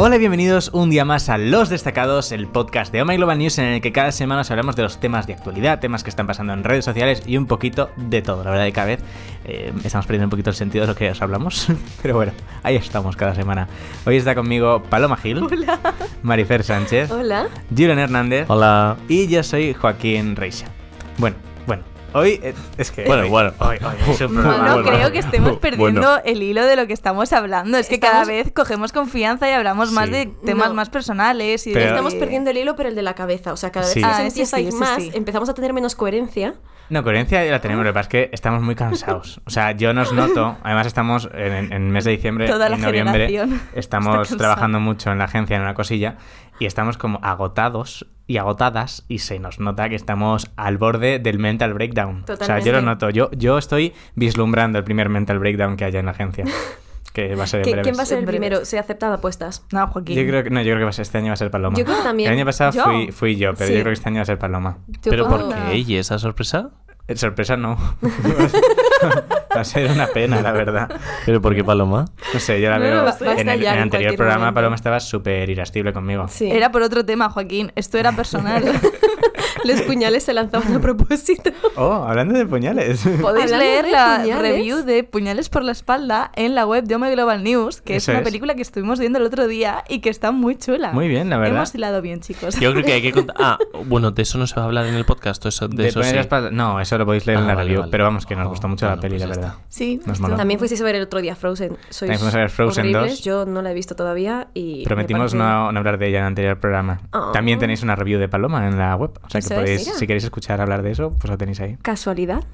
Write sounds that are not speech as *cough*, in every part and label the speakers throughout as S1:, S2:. S1: Hola y bienvenidos un día más a Los Destacados, el podcast de Oh My Global News en el que cada semana os hablamos de los temas de actualidad, temas que están pasando en redes sociales y un poquito de todo. La verdad que cada vez eh, estamos perdiendo un poquito el sentido de lo que os hablamos, *laughs* pero bueno, ahí estamos cada semana. Hoy está conmigo Paloma Gil,
S2: Hola.
S1: Marifer Sánchez,
S2: Hola.
S1: Julian Hernández
S3: Hola.
S1: y yo soy Joaquín Reixa. Bueno, bueno, hoy eh, es que...
S3: Bueno,
S1: hoy-
S3: *laughs* bueno.
S1: Hoy, hoy es un
S2: No,
S1: programa,
S2: no
S1: Pues bueno.
S2: creo que estemos
S3: Bueno.
S2: perdiendo el hilo de lo que estamos hablando. Es que cada
S4: Estamos-
S2: vez cogemos confianza y hablamos más
S1: Sí.
S2: de temas
S4: No.
S2: más personales. Y de-
S1: Pero-
S4: Estamos perdiendo el hilo, pero el de la cabeza. O sea, cada vez
S1: Sí.
S4: que
S2: Ah,
S4: os
S2: ese sí,
S4: empiezais
S2: ese
S4: más,
S2: sí.
S4: empezamos a tener menos coherencia.
S1: No, coherencia ya la tenemos, lo que pasa es que estamos muy cansados. O sea, yo nos noto, además estamos en- en, en mes de diciembre
S2: Toda
S1: y
S2: la
S1: noviembre,
S2: generación está
S1: estamos
S2: cansada.
S1: trabajando mucho en la agencia, en una cosilla, y estamos como agotados y agotadas y se nos nota que estamos al borde del mental breakdown. O sea, yo
S4: Totalmente.
S1: lo noto, yo, yo estoy vislumbrando el primer mental breakdown que haya en la agencia, que va a
S4: *laughs*
S1: ser en
S4: ¿Qui-
S1: breves.
S4: ¿Quién va a ser
S2: En
S4: el
S2: breves.
S4: primero? Se ha aceptado apuestas.
S2: No, Joaquín.
S1: Yo creo que, no, yo creo que va a ser- este año va a ser Paloma.
S4: Yo creo que también.
S1: El año pasado
S2: Yo.
S1: Fui, fui yo, pero
S2: Sí.
S1: yo creo que este año va a ser Paloma.
S4: Yo
S3: ¿Pero por
S4: pongo-
S3: qué? ¿Y esa sorpresa?
S1: Eh, Sorpresa no. *laughs* va a ser una pena, la verdad.
S3: ¿Pero por qué Paloma?
S1: No sé, yo la
S4: No,
S1: veo.
S4: basta
S1: En el,
S4: ya
S1: en el
S4: en
S1: anterior
S4: cualquier
S1: programa,
S4: momento.
S1: Paloma estaba súper irascible conmigo.
S4: Sí.
S2: Era por otro tema, Joaquín. Esto era personal.
S4: *laughs* Los puñales se lanzaban a *laughs* propósito.
S1: Oh, hablando de puñales.
S2: Podéis
S4: Hablando
S2: leer
S4: de
S2: la
S4: puñales.
S2: review de Puñales por la espalda en la web de Home Global News, que
S1: Eso
S2: es una
S1: es.
S2: película que estuvimos viendo el otro día y que está muy chula.
S1: Muy bien, la verdad.
S2: Hemos hilado bien, chicos.
S3: Yo creo que hay que contar. Ah, bueno, de eso no se va a hablar en el podcast. o Eso, de,
S1: De
S3: eso
S1: poner
S3: sí.
S1: las pal- No, eso lo podéis leer
S3: Ah,
S1: en la
S3: vale,
S1: review.
S3: vale.
S1: Pero vamos, que nos
S3: Oh,
S1: gustó mucho la
S3: bueno,
S1: peli,
S3: pues
S1: la
S3: ya
S1: verdad.
S2: *laughs* Sí.
S1: Nos moló.
S4: También fuisteis a ver el otro día Frozen. Sois
S1: También fuimos a ver Frozen
S4: horribles.
S1: 2.
S4: Yo no la he visto todavía y. me
S1: Prometimos
S4: parece-
S1: no, no hablar de ella en el anterior programa.
S4: Oh.
S1: También tenéis una review de Paloma en la web. O sea que
S2: Eso es,
S1: podéis,
S4: mira.
S1: si queréis escuchar hablar de eso, pues lo tenéis ahí.
S4: Casualidad.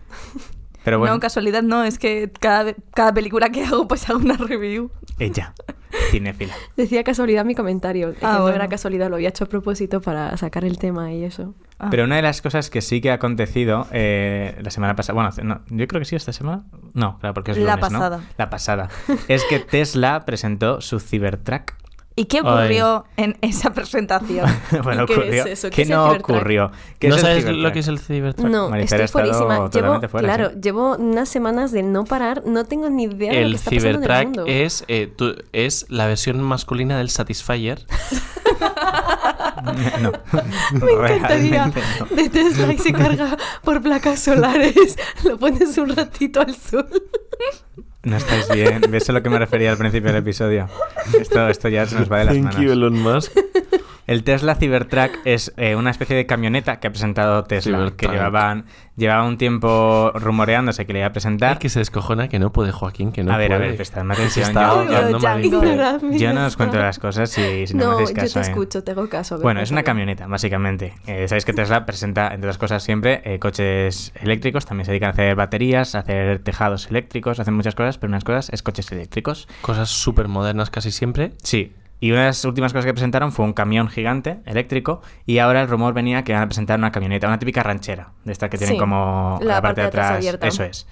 S1: Pero bueno,
S2: No, casualidad no, es que cada, cada película que hago pues hago una review.
S1: ella,
S4: *laughs*
S1: cinéfila.
S4: Decía casualidad mi comentario. que
S2: Ah,
S4: no
S2: bueno.
S4: era casualidad, lo había hecho a propósito para sacar el tema y eso.
S2: Ah.
S1: Pero una de las cosas que sí que ha acontecido eh, la semana pasada, bueno, no, yo creo que sí, esta semana. No, claro, porque es
S2: La
S1: lunes, ¿no?
S2: pasada.
S1: La pasada. es
S4: *laughs*
S1: que Tesla presentó su Cybertruck.
S2: ¿Y qué ocurrió en esa presentación?
S1: *laughs* bueno,
S4: Ah. ¿Y qué
S1: ocurrió.
S4: es eso? ¿Qué
S1: ¿Qué
S4: es el
S1: no
S4: Cybertruck?
S1: ocurrió? ¿Qué
S3: ¿No
S1: es el
S3: sabes
S1: Cybertruck?
S3: lo que es el Cybertruck?
S4: No,
S1: Marifer ha
S4: estoy
S1: estado
S4: fuerísima. Llevo,
S1: totalmente fuera,
S4: claro,
S1: sí.
S4: llevo unas semanas de no parar, no tengo ni idea de lo que
S3: El
S4: está pasando en el
S3: Cybertruck
S4: mundo. *laughs*
S3: es, eh, tú- es la versión masculina del Satisfyer.
S1: *laughs* no.
S4: *laughs* Me encantaría
S1: Realmente no.
S4: de Tesla y se carga por placas solares. *laughs* Lo pones un ratito al sol.
S1: No estáis bien. ¿Ves a lo que me refería al principio del episodio? Esto, esto ya se nos va de las manos. *laughs*
S3: Elon Musk.
S1: El Tesla Cybertruck es eh, una especie de camioneta que ha presentado Tesla, que
S3: Cybertruck.
S1: llevaban, llevaba un tiempo rumoreándose que le iba a presentar.
S3: que se descojona que no puede, Joaquín, que no
S1: a ver, a
S3: puede.
S1: ver, prestad más atención.
S3: está
S1: yo-
S3: ahogando,
S1: yo-
S2: Django.
S3: Marifer.
S4: Ignoradme,
S1: Yo
S4: ya
S1: no os
S4: está.
S1: cuento
S4: *laughs*
S1: las cosas si, si no, me
S4: No,
S1: hacéis
S4: yo
S1: caso.
S4: te
S1: ¿eh?
S4: escucho, te hago caso. a ver,
S1: Bueno, es una
S4: cuéntame.
S1: camioneta, básicamente. Eh, Sabéis que Tesla presenta, entre otras cosas, siempre eh, coches eléctricos. También se dedican a hacer baterías, a hacer tejados eléctricos, hacen muchas cosas, pero unas cosas es coches eléctricos.
S3: Cosas súper modernas casi siempre.
S1: Sí. Y una de las últimas cosas que presentaron fue un camión gigante eléctrico. Y ahora el rumor venía que van a presentar una camioneta, una típica ranchera, de estas que tienen
S4: Sí,
S1: como
S4: la parte de atrás abierta.
S1: Eso es.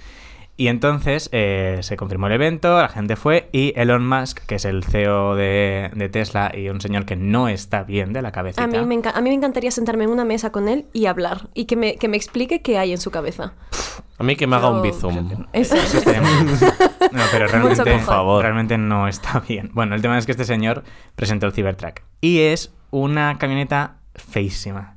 S1: Y entonces eh, se confirmó el evento, la gente fue y Elon Musk, que es el CEO de, de Tesla y un señor que no está bien de la cabecita.
S4: A mí, me enca- a mí me encantaría sentarme en una mesa con él y hablar. Y que me, que me explique qué hay en su cabeza.
S3: A mí que me haga un
S4: Pero-
S3: bizum.
S1: *laughs*
S4: Eso.
S1: Eso estaría muy bien. No, pero realmente,
S4: Mucho mejor. Por
S3: favor.
S1: realmente no está bien. Bueno, el tema es que este señor presentó el Cybertruck. Y es una camioneta feísima.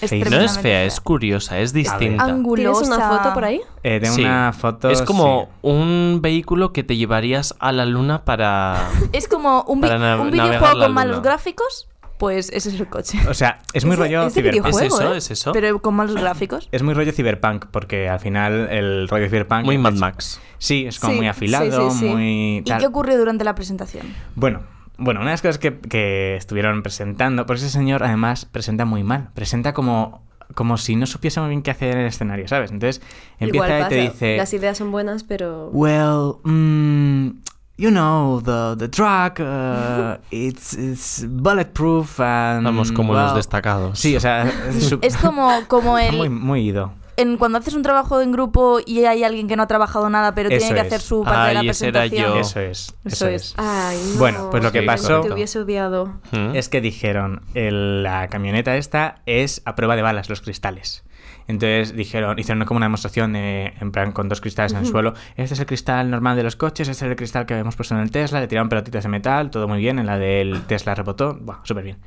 S2: Es
S1: Feísima.
S3: No es
S2: tremendamente
S3: fea,
S2: fea.
S3: es curiosa, es distinta.
S2: Angulosa.
S4: ¿Tienes una foto por ahí?
S1: Eh, tengo
S3: Sí.
S1: una foto...
S3: Es como
S1: sí.
S3: un vehículo que te llevarías a la
S4: *laughs*
S3: luna para.
S2: Es como un, vi-
S3: Para na-
S2: un
S3: navegar
S2: videojuego
S3: la
S2: con malos
S3: luna.
S2: gráficos, pues ese es el coche.
S1: O sea, es muy
S4: Ese-
S1: rollo...
S4: ese
S1: ciber-
S4: videojuego.
S3: ¿Es eso?
S4: ¿eh?
S3: ¿Es eso?
S2: *laughs* Pero con malos gráficos.
S1: Es muy rollo cyberpunk, porque al final el rollo cyberpunk...
S3: Muy
S1: es-
S3: Mad Max.
S1: Sí, es como
S4: Sí,
S1: muy
S4: sí,
S1: afilado,
S4: sí, sí.
S1: muy...
S2: ¿Y
S1: tal.
S2: qué ocurrió durante la presentación?
S1: Bueno, bueno, una de las cosas que, que estuvieron presentando, porque ese señor además presenta muy mal, presenta como, como si no supiese muy bien qué hacer en el escenario, ¿sabes? Entonces empieza
S2: Igual
S1: y te dice...
S4: Las ideas son buenas, pero.
S1: Well, mm, you know, the, the truck, uh, *laughs* it's, it's bulletproof and...
S3: Vamos, como
S1: well-
S3: los destacados.
S1: Sí, o sea, es,
S4: *laughs*
S1: su-
S2: Es como, como el...
S1: muy, muy ido.
S2: en cuando haces un trabajo en grupo y hay alguien que no ha trabajado nada pero
S1: Eso
S2: tiene que
S1: es.
S2: hacer su parte de la
S3: Ay, ese era
S2: presentación.
S3: yo.
S1: Eso es, eso,
S2: Eso
S1: es.
S2: es.
S4: Ay, no.
S1: Bueno, pues lo que
S3: Sí,
S1: pasó
S4: Te
S3: correcto.
S4: hubiese odiado.
S3: ¿Mm?
S1: es que dijeron, el- la camioneta esta es a prueba de balas, los cristales. Entonces dijeron, hicieron como una demostración de- en plan con dos cristales en el suelo. Este es el cristal normal de los coches, este es el cristal que habíamos puesto en el Tesla, le tiraron pelotitas de metal, todo muy bien, en la del Tesla rebotó, buah, súper bien.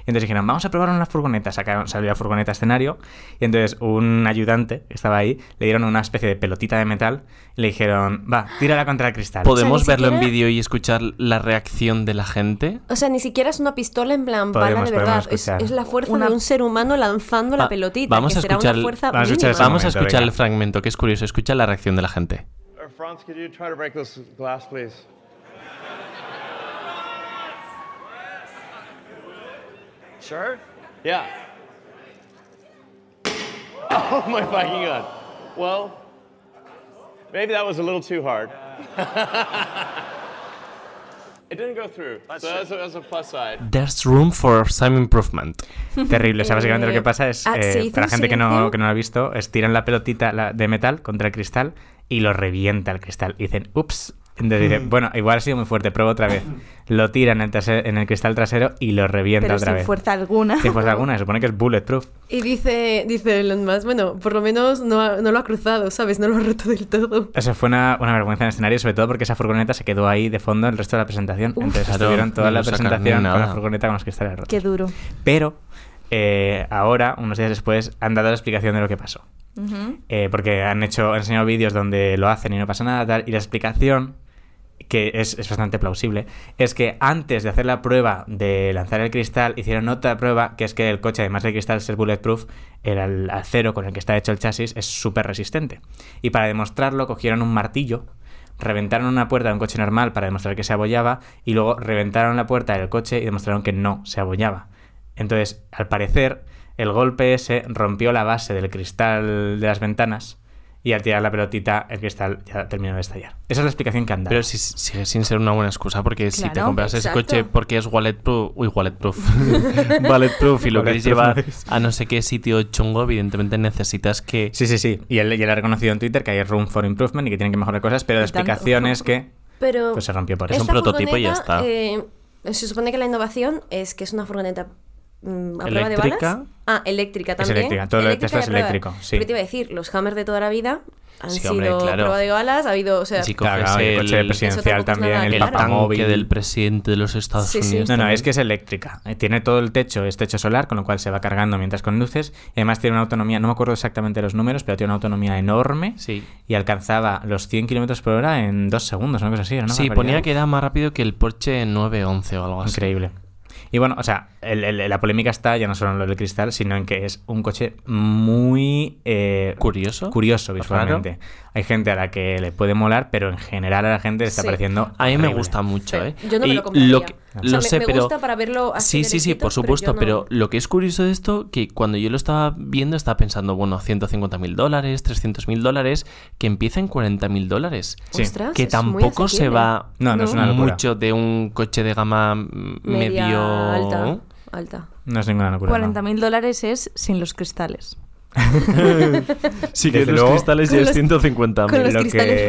S1: Entonces dijeron, vamos a probar una furgoneta. Sacaron, salió la furgoneta escenario. Y entonces un ayudante que estaba ahí le dieron una especie de pelotita de metal y le dijeron, va, tírala contra el cristal.
S3: ¿Podemos
S4: O sea, ni
S3: verlo en
S4: siquiera-
S3: vídeo y escuchar la reacción de la gente?
S4: O sea, ni siquiera es una pistola en plan bala
S1: Podemos-
S4: de
S1: podemos
S4: verdad. Es,
S1: escuchar.
S4: es la fuerza
S2: Una-
S4: de un ser humano lanzando
S3: Va-
S4: la pelotita.
S3: vamos
S4: que
S3: a
S4: será
S3: escuchar-
S4: una fuerza
S1: vamos a escuchar
S4: mínima.
S1: ese
S3: Vamos a
S1: momento,
S3: escuchar
S1: venga.
S3: el fragmento, que es curioso. Escucha la reacción de la gente.
S5: Uh, Franz, could you try to break this glass, please? Sure? Yeah. *laughs* Oh my fucking god. Well, maybe that was a little too hard. *laughs* it didn't go through. so that's a, that's a plus side.
S3: There's room for some improvement.
S1: Terrible. O sea, básicamente lo que pasa es,
S4: Ah,
S1: eh,
S4: se hizo
S1: para
S4: un
S1: la gente que no,
S4: silencio.
S1: que no lo ha visto, es tiran la pelotita la- de metal contra el cristal y lo revienta el cristal. Y dicen, ups. Entonces dicen, bueno, igual ha sido muy fuerte, prueba otra vez. Lo tiran en el, trase- en el cristal trasero y lo revienta
S2: Pero
S1: otra
S2: sin
S1: vez.
S2: fuerza alguna.
S1: Sin fuerza alguna, se supone que es bulletproof.
S4: Y dice, dice Elon Musk, bueno, por lo menos no, ha- no lo ha cruzado, ¿sabes? No lo ha roto del todo.
S1: Eso fue una, una vergüenza en el escenario, sobre todo porque esa furgoneta se quedó ahí de fondo el resto de la presentación. Entonces
S3: Claro,
S1: estuvieron toda
S3: no
S1: la
S3: lo sacaron ni
S1: presentación con la
S3: nada.
S1: furgoneta con los cristales rotos.
S2: *laughs* Qué duro.
S1: Pero eh, ahora, unos días después, han dado la explicación de lo que pasó.
S2: Ujú.
S1: Eh, porque han hecho han enseñado vídeos donde lo hacen y no pasa nada tal y la explicación que es, es bastante plausible es que antes de hacer la prueba de lanzar el cristal hicieron otra prueba que es que el coche además del cristal ser bulletproof era el acero con el que está hecho el chasis es súper resistente y para demostrarlo cogieron un martillo reventaron una puerta de un coche normal para demostrar que se abollaba y luego reventaron la puerta del coche y demostraron que no se abollaba entonces, al parecer, el golpe ese rompió la base del cristal de las ventanas y al tirar la pelotita, el cristal ya terminó de estallar. Esa es la explicación que han dado.
S3: Pero si, sigue sin ser una buena excusa, porque si te
S2: Claro,
S3: compras ese
S4: exacto.
S3: coche porque es walletproof, uy,
S1: *laughs*
S3: walletproof, walletproof y lo queréis
S1: Walletproof,
S3: llevar a no sé qué sitio chungo, evidentemente necesitas que...
S1: Sí, sí, sí. Y él ya lo ha reconocido en Twitter que hay room for improvement y que tienen que mejorar cosas, pero la
S2: Y tanto.
S1: explicación es que
S4: Pero
S1: pues, se rompió por
S3: Es
S1: eso.
S3: un
S4: esta
S3: prototipo y ya
S4: furgoneta,
S3: está.
S4: eh, se supone que la innovación es que es una furgoneta mm, a prueba de
S3: Eléctrica.
S4: balas. Ah, eléctrica también.
S1: eléctrica, todo lo de Tesla
S4: y a
S1: es
S4: prueba.
S1: eléctrico, sí.
S4: Pero te iba a decir, los Hammers de toda la vida han
S3: Sí,
S4: sido
S3: hombre, claro.
S4: a prueba de balas, ha habido, o sea,
S3: Sí,
S1: Claro,
S3: coges
S1: el coche
S3: el-
S1: presidencial
S4: eso tampoco es
S1: también,
S4: nada
S1: el
S3: El
S4: claro.
S1: papamóvil.
S3: tanque del presidente de los Estados
S4: Sí, sí.
S3: Unidos.
S1: No, no,
S3: también.
S1: es que es eléctrica. Eh, Tiene todo el techo, es techo solar, con lo cual se va cargando mientras conduces. Y además tiene una autonomía, no me acuerdo exactamente los números, pero tiene una autonomía enorme.
S3: Sí.
S1: Y alcanzaba los 100 kilómetros por hora en dos segundos, una cosa así. era una
S3: sí,
S1: barbaridad.
S3: ponía que era más rápido que el Porsche 911 o algo así.
S1: Increíble. Y bueno, o sea, el- el- la polémica está ya no solo en lo del cristal, sino en que es un coche muy... eh,
S3: Curioso.
S1: Curioso visualmente. Hay gente a la que le puede molar, pero en general a la gente le está
S4: Sí.
S1: pareciendo.
S3: A mí me
S1: horrible.
S3: gusta mucho,
S4: Sí.
S3: ¿eh?
S4: Yo no me
S3: Y
S4: lo compraría.
S3: que-
S4: O sea,
S3: lo
S4: me-
S3: sé,
S4: me
S3: pero...
S4: gusta para verlo así
S3: Sí, sí, sí,
S4: derechito,
S3: por
S4: pero yo
S3: supuesto,
S4: no.
S3: pero, lo que es curioso de esto, que cuando yo lo estaba viendo estaba pensando, bueno, 150 mil dólares, 300 mil dólares, que empieza en 40 mil dólares.
S1: Sí.
S4: Ostras,
S3: que
S4: Ah, es muy
S3: tampoco se
S4: asequible.
S3: va
S1: No, no es una locura.
S3: mucho de un coche de gama mm,
S4: Media,
S3: medio...
S4: alta, alta.
S1: No es ninguna locura. no. *laughs*
S2: 40.000 dólares es sin los cristales.
S3: Sí,
S1: que Desde los luego- cristales
S4: ya Con es los-
S3: 150
S4: con los- cristales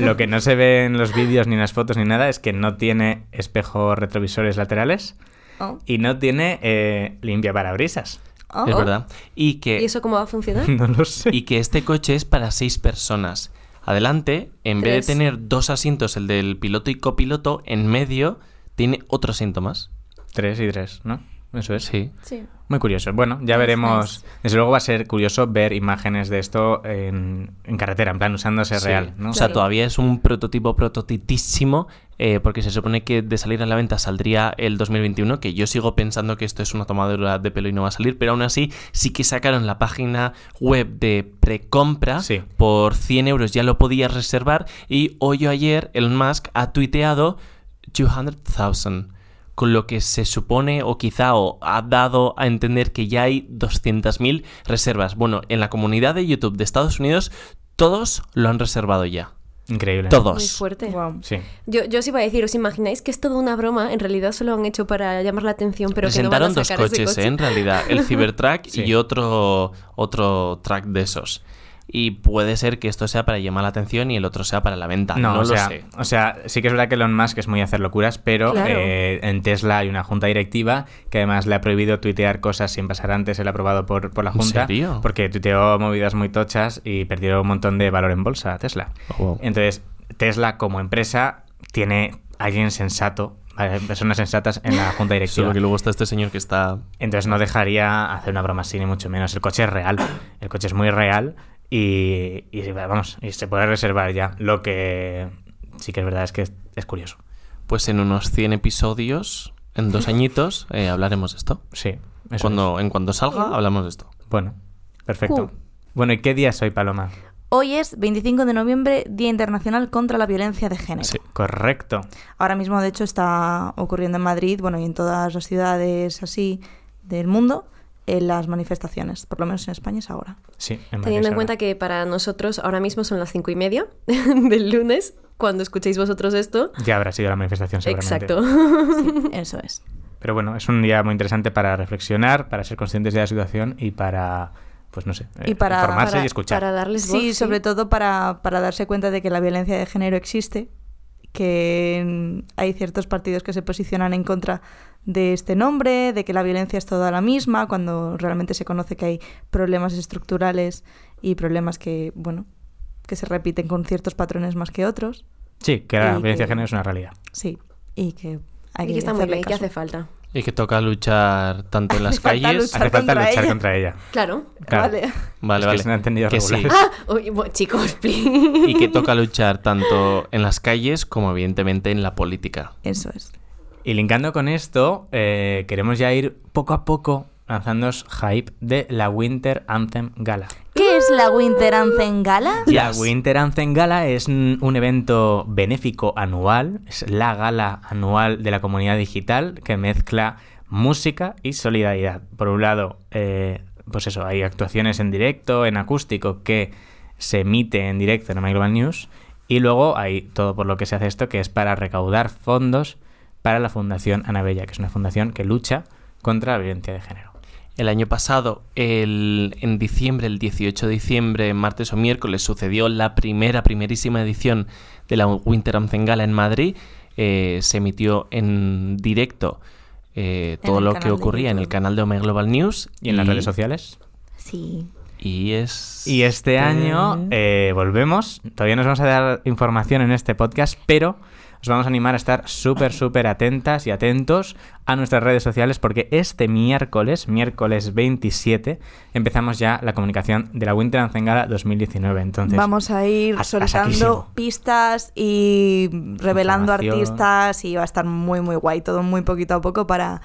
S1: *laughs* Lo que no se ve en los vídeos ni en las fotos ni nada es que no tiene espejos retrovisores laterales
S2: Oh,
S1: y no tiene eh, limpia parabrisas.
S2: oh.
S3: Es verdad. Y que,
S4: ¿Y eso cómo va a
S3: *laughs*
S1: *laughs*
S4: funcionar?
S1: No lo sé.
S3: y que este coche es para seis personas. Adelante, en vez
S4: Tres.
S3: de tener dos asientos, el del piloto y copiloto, en medio tiene otro asiento más.
S1: Tres y tres, ¿no? Eso es.
S3: Sí.
S4: Sí.
S1: Muy curioso. Bueno, ya
S4: Nice,
S1: veremos. Desde luego va a ser curioso ver imágenes de esto en, en carretera, en plan usándose
S3: Sí.
S1: real, ¿no?
S3: O sea,
S4: Claro.
S3: todavía es un prototipo prototitísimo, eh, porque se supone que de salir a la venta saldría el 2021, que yo sigo pensando que esto es una tomadura de pelo y no va a salir, pero aún así sí que sacaron la página web de precompra
S1: Sí.
S3: por 100 euros, ya lo podías reservar, y hoy o ayer Elon Musk ha tuiteado 200,000. Con lo que se supone o quizá o ha dado a entender que ya hay 200.000 reservas. Bueno, en la comunidad de YouTube de Estados Unidos todos lo han reservado ya.
S1: Increíble.
S4: Muy
S3: Todos.
S4: fuerte.
S2: Guau.
S1: Sí.
S4: Yo, yo os iba a decir, ¿os imagináis que es toda una broma? En realidad solo han hecho para llamar la atención, pero que no van
S3: Presentaron
S4: a
S3: dos
S4: sacar ese *laughs*
S3: coches,
S4: coche.
S3: ¿eh? en realidad. El Cybertruck
S1: Sí.
S3: y otro, otro track de esos. y puede ser que esto sea para llamar la atención y el otro sea para la venta. No,
S1: No, o
S3: lo
S1: sea,
S3: sé.
S1: o sea, sí que es verdad que Elon Musk es muy a hacer locuras, pero
S4: Claro.
S1: eh, en Tesla hay una junta directiva que además le ha prohibido tuitear cosas sin pasar antes el aprobado por, por la
S3: ¿En
S1: junta.
S3: serio?
S1: Porque tuiteó movidas muy tochas y perdió un montón de valor en bolsa a Tesla.
S3: Oh, wow.
S1: Entonces, Tesla como empresa tiene alguien sensato, ¿vale? personas sensatas en la junta directiva.
S3: Solo que luego está este señor que está
S1: Entonces no dejaría hacer una broma así, ni mucho menos. El coche es real. El coche es muy real y, y, vamos, y se puede reservar ya. Lo que sí que es verdad es que es, es curioso.
S3: pues en unos 100 episodios,
S4: *laughs*
S3: en dos añitos, eh, hablaremos de esto.
S1: Sí. eso
S3: Cuando, en cuanto salga, hablamos de esto.
S1: es. Bueno, perfecto.
S2: Cool.
S1: Bueno, ¿y qué día soy, Paloma?
S2: Hoy es 25 de noviembre, Día Internacional contra la Violencia de Género.
S3: Sí.
S1: Correcto.
S2: Ahora mismo, de hecho, está ocurriendo en Madrid, bueno, y en todas las ciudades así del mundo, en las manifestaciones. Por lo menos en España es *laughs* ahora.
S1: Sí, en
S4: Teniendo en cuenta que para nosotros ahora mismo son las cinco y media *laughs* del lunes, cuando escuchéis vosotros esto.
S1: Ya habrá sido la manifestación seguramente.
S4: Exacto.
S2: Eso es.
S1: Pero bueno, es un día muy interesante para reflexionar, para ser conscientes de la situación y para, pues no sé,
S2: Y
S1: eh,
S2: para-
S1: informarse
S4: para,
S1: y escuchar.
S4: para darles voz.
S2: Sí, sobre todo para, para darse cuenta de que la violencia de género existe, que mm, hay ciertos partidos que se posicionan en contra de este nombre, de que la violencia es toda la misma, cuando realmente se conoce que hay problemas estructurales y problemas que, bueno, que se repiten con ciertos patrones más que otros.
S1: Sí, que la
S2: Y
S1: violencia de
S2: que-
S1: género es una realidad.
S2: Sí, y que hay
S4: Y
S2: que,
S4: que está muy
S2: hacerle
S4: bien, que
S2: caso.
S4: hace falta.
S3: Y que toca luchar
S4: *laughs*
S3: tanto en las
S2: Hace
S3: calles.
S2: falta
S3: Ah,
S2: Luchar
S1: Hace falta
S2: contra
S1: luchar
S2: ella.
S1: contra ella.
S4: Claro.
S1: Claro.
S2: Vale.
S3: Vale,
S1: Es que
S3: vale.
S1: se me ha entendido
S3: Que sí.
S1: regular.
S4: Ah, oye, bueno, chicos, *laughs* please.
S3: Y que toca luchar tanto en las calles como evidentemente en la política.
S2: Eso es.
S1: Y linkando con esto, eh, queremos ya ir poco a poco lanzándonos hype de la Winter Anthem Gala.
S2: ¿Qué es la Winter Anthem Gala?
S1: La
S3: Yes.
S1: Winter Anthem Gala es un un evento benéfico anual, es la gala anual de la comunidad digital que mezcla música y solidaridad. Por un lado, eh, pues eso, hay actuaciones en directo, en acústico, que se emite en directo en My Global News. Y luego hay todo por lo que se hace esto, que es para recaudar fondos para la Fundación Anabella, que es una fundación que lucha contra la violencia de género.
S3: El año pasado, el, en diciembre, el 18 de diciembre, martes o miércoles, sucedió la primera, primerísima edición de la Winter Anthem Gala en Madrid. Eh, se emitió en directo eh,
S2: En
S3: todo
S2: el
S3: lo
S2: canal
S3: que
S2: de
S3: ocurría en el
S2: YouTube.
S3: canal de Omega Global News.
S1: ¿Y en las redes sociales?
S2: Sí.
S3: Y es...
S1: Y este año eh, volvemos. Todavía nos vamos a dar información en este podcast, pero os vamos a animar a estar súper, súper atentas y atentos a nuestras redes sociales porque este miércoles, miércoles 27, empezamos ya la comunicación de la Winter Anthem Gala 2019. Entonces,
S2: Vamos a ir
S1: a- a
S2: soltando
S1: saquísimo.
S2: pistas y revelando
S1: Información.
S2: artistas y va a estar muy muy guay, todo muy poquito a poco para,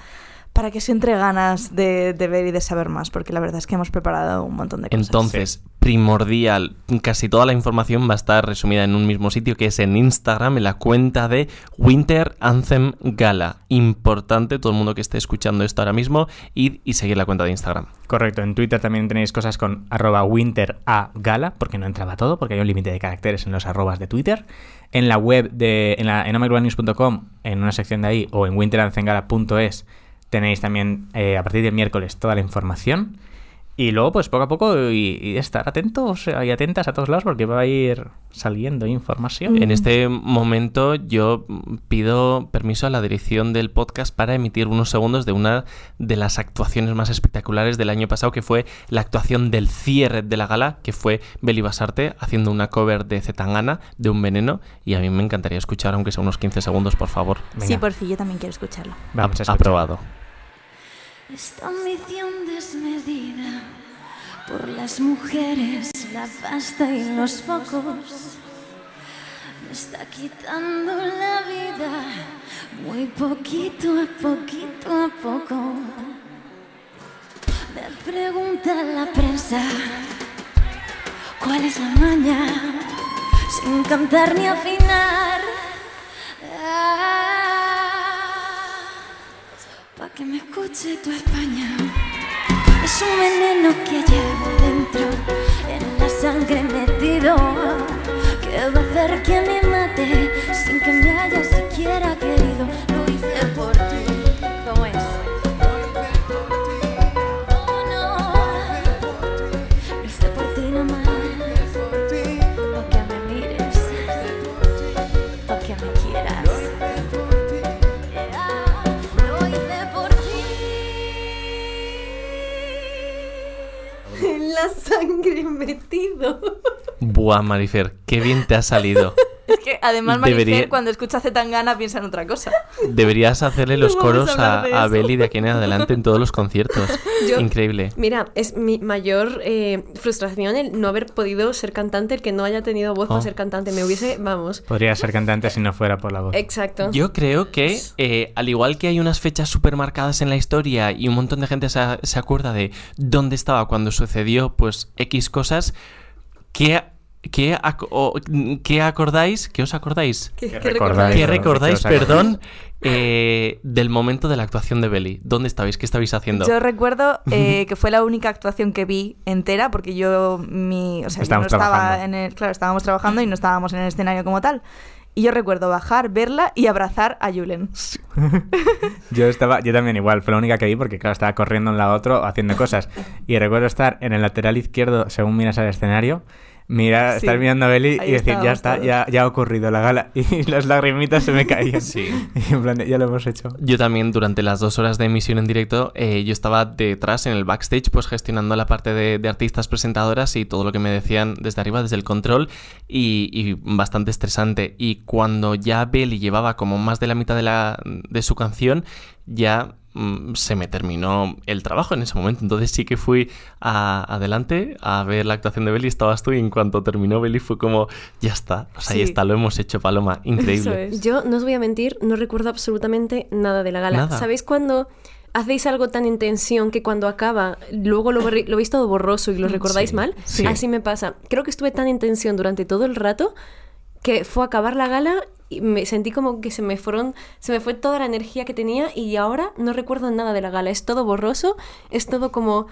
S2: para que se entre ganas de, de ver y de saber más, porque la verdad es que hemos preparado un montón de cosas.
S3: Entonces, primordial, casi toda la información va a estar resumida en un mismo sitio que es en Instagram, en la cuenta de Winter Anthem Gala. Importante, todo el mundo que esté escuchando esto ahora mismo, id y seguir la cuenta de Instagram.
S1: Correcto, en Twitter también tenéis cosas con arroba winter a gala, porque no entraba todo, porque hay un límite de caracteres en los arrobas de Twitter. En la web de en, la, en omeglobalnews.com, en una sección de ahí, o en winteranzengala.es, tenéis también eh, a partir del miércoles toda la información. Y luego, pues poco a poco, y, y estar atentos eh, y atentas a todos lados, porque va a ir saliendo información.
S2: Mm.
S1: Eh,
S3: En este momento yo mm, pido permiso a la dirección del podcast para emitir unos segundos de una de las actuaciones más espectaculares del año pasado, que fue la actuación del cierre de la gala, que fue Beli Basarte haciendo una cover de Zetangana, de un veneno, y a mí me encantaría escuchar, aunque sea unos 15 segundos, por favor.
S1: Venga,
S2: Sí, por fin, yo también quiero escucharlo.
S1: vamos a escuchar.
S3: Aprobado.
S6: Esta ambición desmedida por las mujeres, la pasta y los focos me está quitando la vida muy poquito a poquito a poco. Me pregunta la prensa cuál es la maña sin cantar ni afinar. Ah. Pa' que me escuche tu España. Es un veneno que llevo dentro, en la sangre metido. Que va a hacer que me mate sin que me haya siquiera querido. Lo hice por ti. ¿Cómo es? Oh, no. Lo hice por ti nomás.
S3: Guau, Marifer, qué bien te ha salido.
S2: Es que además Marifer
S3: Debería-
S2: cuando escucha Zetangana piensa en otra cosa.
S3: Deberías hacerle
S2: *laughs* No
S3: los
S2: vamos a
S3: coros a,
S2: hablar de
S3: a
S2: eso.
S3: Beli de aquí en adelante en todos los
S2: *laughs*
S3: conciertos.
S4: Yo-
S3: Increíble.
S4: Mira, es mi mayor eh, frustración el no haber podido ser cantante, el que no haya tenido voz
S3: Oh.
S4: para ser cantante. Me hubiese, vamos.
S1: Podría ser cantante si no fuera por la voz.
S4: Exacto.
S3: Yo creo que, eh, al igual que hay unas fechas súper marcadas en la historia y un montón de gente se, se acuerda de dónde estaba cuando sucedió, pues X cosas, ¿qué, qué, ac- o- qué acordáis? ¿Qué os acordáis?
S4: ¿Qué-
S1: ¿Qué
S4: qué
S1: recordáis?
S3: ¿Qué
S1: Perdón, que
S3: recordáis,
S1: os acordáis.
S3: perdón, eh, del momento de la actuación de Belly? ¿Dónde estabais? ¿Qué estabais haciendo?
S2: Yo recuerdo eh, que fue la única actuación que vi entera, porque yo, mi, o sea, yo
S1: Estábamos
S2: no estaba
S1: trabajando.
S2: en el, claro, estábamos trabajando y no estábamos en el escenario como tal. Y yo recuerdo bajar, verla y abrazar a Julen.
S1: Yo estaba, yo también igual, fue la única que vi porque claro, estaba corriendo en la otra haciendo cosas. Y recuerdo estar en el lateral izquierdo, según miras al escenario, mirar,
S2: Sí.
S1: estar mirando a Beli
S2: Ahí
S1: y decir, ya
S2: estábamos
S1: está,
S2: todos".
S1: ya, ya ha ocurrido la gala. *laughs* Y las lagrimitas se me caían.
S3: Sí.
S1: *laughs* Y en plan, de, ya lo hemos hecho.
S3: Yo también durante las dos horas de emisión en directo, eh, yo estaba detrás en el backstage, pues gestionando la parte de, de artistas presentadoras y todo lo que me decían desde arriba, desde el control, y, y bastante estresante. Y cuando ya Belly llevaba como más de la mitad de, la, de su canción, ya mm, se me terminó el trabajo en ese momento. Entonces sí que fui a- adelante a ver la actuación de Belly, estabas tú, y en cuanto terminó Belly fue como, ya está, o sea,
S2: Sí.
S3: ya está, lo hemos hecho, Paloma, increíble.
S2: es.
S4: Yo no os voy a mentir, no recuerdo absolutamente nada de la gala.
S3: Nada.
S4: ¿Sabéis cuando hacéis algo tan en tensión que cuando acaba luego lo, borri- lo veis todo borroso y
S2: Mm,
S4: lo recordáis
S3: Sí,
S4: mal?
S3: sí.
S4: Así me pasa. Creo que estuve tan en tensión durante todo el rato que fue a acabar la gala y me sentí como que se me fueron se me fue toda la energía que tenía y ahora no recuerdo nada de la gala. Es todo borroso, es todo como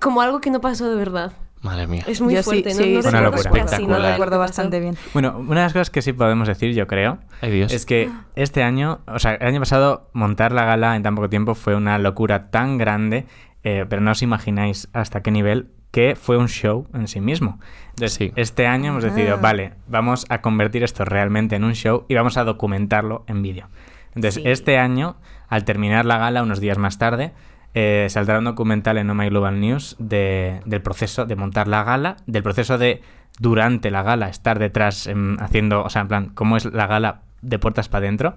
S4: como algo que no pasó de verdad.
S3: Madre mía.
S4: Es muy
S2: Yo sí,
S4: fuerte, ¿no?
S2: sí,
S4: no
S1: sí. Una
S4: recuerdo
S1: locura.
S4: casi
S3: Espectacular.
S4: nada de lo que
S2: Recuerdo
S4: pasó.
S2: bastante bien.
S1: Bueno, una de las cosas que sí podemos decir, yo creo,
S3: Ay Dios.
S1: es que este año, o sea, el año pasado montar la gala en tan poco tiempo fue una locura tan grande, eh, pero no os imagináis hasta qué nivel que fue un show en sí mismo. Entonces,
S3: Sí.
S1: este año hemos decidido,
S2: Ah.
S1: vale, vamos a convertir esto realmente en un show y vamos a documentarlo en vídeo. Entonces,
S4: Sí.
S1: este año, al terminar la gala, unos días más tarde, eh, saldrá un documental en Oh My Global News de- del proceso de montar la gala, del proceso de durante la gala estar detrás em, haciendo, o sea, en plan, cómo es la gala de puertas para adentro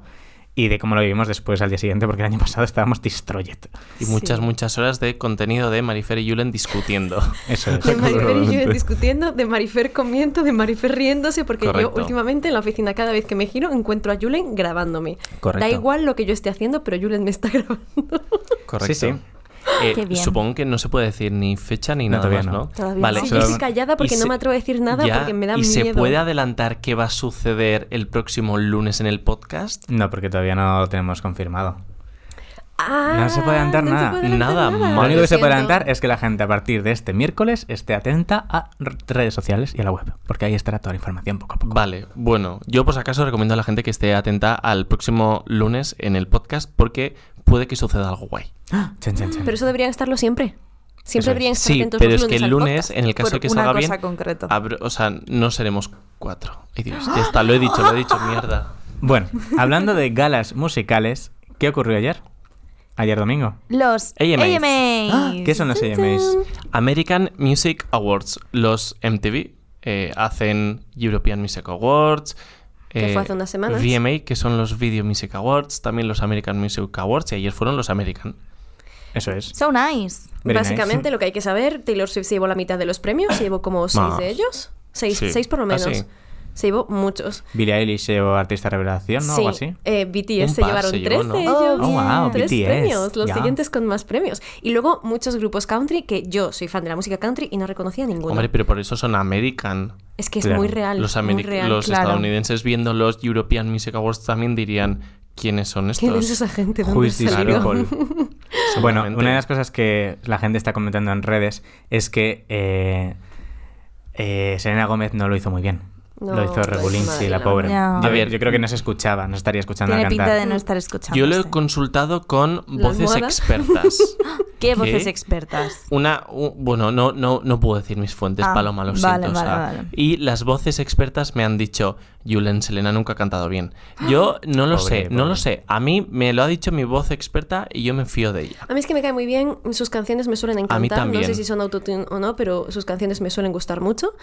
S1: y de cómo lo vivimos después al día siguiente, porque el año *laughs* pasado estábamos destroyed.
S3: Y muchas, muchas horas de contenido de Marifer y Julen discutiendo.
S1: Eso
S4: *laughs*
S1: es.
S4: De Marifer y yo
S1: Probablemente.
S4: discutiendo, de Marifer comiendo, de Marifer riéndose, porque
S3: Correcto.
S4: yo últimamente en la oficina cada vez que me giro encuentro a Julen grabándome.
S3: Correcto.
S4: Da igual lo que yo esté haciendo, pero Julen me está *laughs* grabando.
S3: *laughs* Correcto.
S1: Sí, sí.
S3: Eh,
S2: Qué bien.
S3: Supongo que no se puede decir ni fecha ni
S1: No,
S3: nada
S1: todavía
S3: más,
S1: no.
S3: ¿no?
S2: Todavía
S3: vale.
S2: no.
S4: Sí,
S1: Solo-
S4: yo estoy callada porque
S3: y
S4: no
S3: se-
S4: me atrevo a decir nada
S3: ya-
S4: porque me da
S3: ¿Y
S4: miedo.
S3: se puede adelantar qué va a suceder el próximo lunes en el podcast?
S1: No, porque todavía no lo tenemos confirmado.
S4: Ah,
S1: No se puede adelantar
S4: no se
S1: nada.
S4: puede adelantar
S3: Nada,
S1: Lo
S3: Madre,
S1: único que se puede
S4: siento.
S1: adelantar es que la gente a partir de este miércoles esté atenta a r- redes sociales y a la web, porque ahí estará toda la información poco a poco.
S3: Vale, bueno, yo por si acaso recomiendo a la gente que esté atenta al próximo lunes en el podcast porque puede que suceda algo guay.
S1: Chen, chen, chen.
S4: ¡Ah! Pero eso deberían estarlo siempre. Siempre
S1: Eso es.
S4: deberían estar
S3: Sí,
S4: atentos
S3: pero
S4: los
S3: es que el
S4: al
S3: lunes,
S4: podcast.
S3: en el caso de
S2: Por
S3: que
S2: una
S3: salga
S2: cosa
S3: bien,
S2: concreto.
S3: abro- o sea, no seremos cuatro. Ay Dios, ya está, lo he dicho, lo he dicho, mierda.
S4: *laughs*
S1: Bueno, hablando de galas musicales, ¿qué ocurrió ayer? Ayer domingo.
S2: Los
S3: AMAs.
S4: Ah,
S2: AMAs.
S1: Ah, ¿Qué son los AMAs?
S3: American Music Awards, los MTV, eh, hacen European Music Awards. eh,
S4: Que fue hace unas semanas.
S3: VMA, que son los Video Music Awards, también los American Music Awards, y ayer fueron los American.
S1: Eso es.
S2: So nice.
S1: Very
S4: Básicamente
S1: nice.
S4: lo que hay que saber, Taylor Swift se llevó la mitad de los premios, se llevó como seis
S3: Más.
S4: de ellos. Seis,
S3: Sí.
S4: seis por lo
S3: Ah,
S4: menos.
S3: sí.
S4: Se llevó muchos.
S1: Billie Eilish o Artista Revelación, ¿no? Algo así.
S4: eh, BTS
S3: Un
S4: se
S3: par
S4: llevaron
S3: se llevó,
S4: tres de
S2: ¿no? Oh,
S4: ellos.
S2: Oh, wow,
S4: tres
S1: BTS,
S4: premios. Los
S1: ya.
S4: siguientes con más premios. Y luego muchos grupos country que yo soy fan de la música country y no reconocía ninguno.
S3: Hombre, pero por eso son American.
S4: es que es
S1: claro,
S4: muy real.
S3: los
S4: muy
S3: Ameri-
S4: real.
S3: los
S2: claro.
S3: estadounidenses viendo los European Music Awards también dirían quiénes son estos.
S4: ¿Quién es esa gente? ¿Dónde
S1: Who is this
S4: salió? *laughs*
S1: people? bueno,
S3: Seguramente.
S1: una de las cosas que la gente está comentando en redes es que eh, eh, Selena Gómez no lo hizo muy bien.
S4: No,
S1: lo hizo
S4: pues,
S1: Regulín, sí, la
S4: madre,
S1: pobre.
S2: no.
S1: Yo,
S3: A ver,
S1: yo creo que no se escuchaba, no estaría escuchando
S2: Tiene
S1: cantar.
S4: eh?
S2: pinta de no estar escuchando.
S3: Yo lo he consultado con voces
S4: almohada? *laughs*
S3: expertas.
S2: ¿Qué voces
S3: ¿Qué?
S2: expertas?
S3: Una, u- bueno, no, no, no puedo decir mis fuentes,
S2: Ah,
S3: Paloma, lo
S2: vale,
S3: siento. o
S2: vale,
S3: sea,
S2: vale.
S3: Y las voces expertas me han dicho, Julen Selena nunca ha cantado bien. Yo no lo
S1: Pobre,
S3: sé, no lo
S1: pobre.
S3: sé. A mí me lo ha dicho mi voz experta y yo me fío de ella.
S4: A mí es que me cae muy bien, sus canciones me suelen encantar, no
S3: también.
S4: sé si son autotune o no, pero sus canciones me suelen gustar mucho.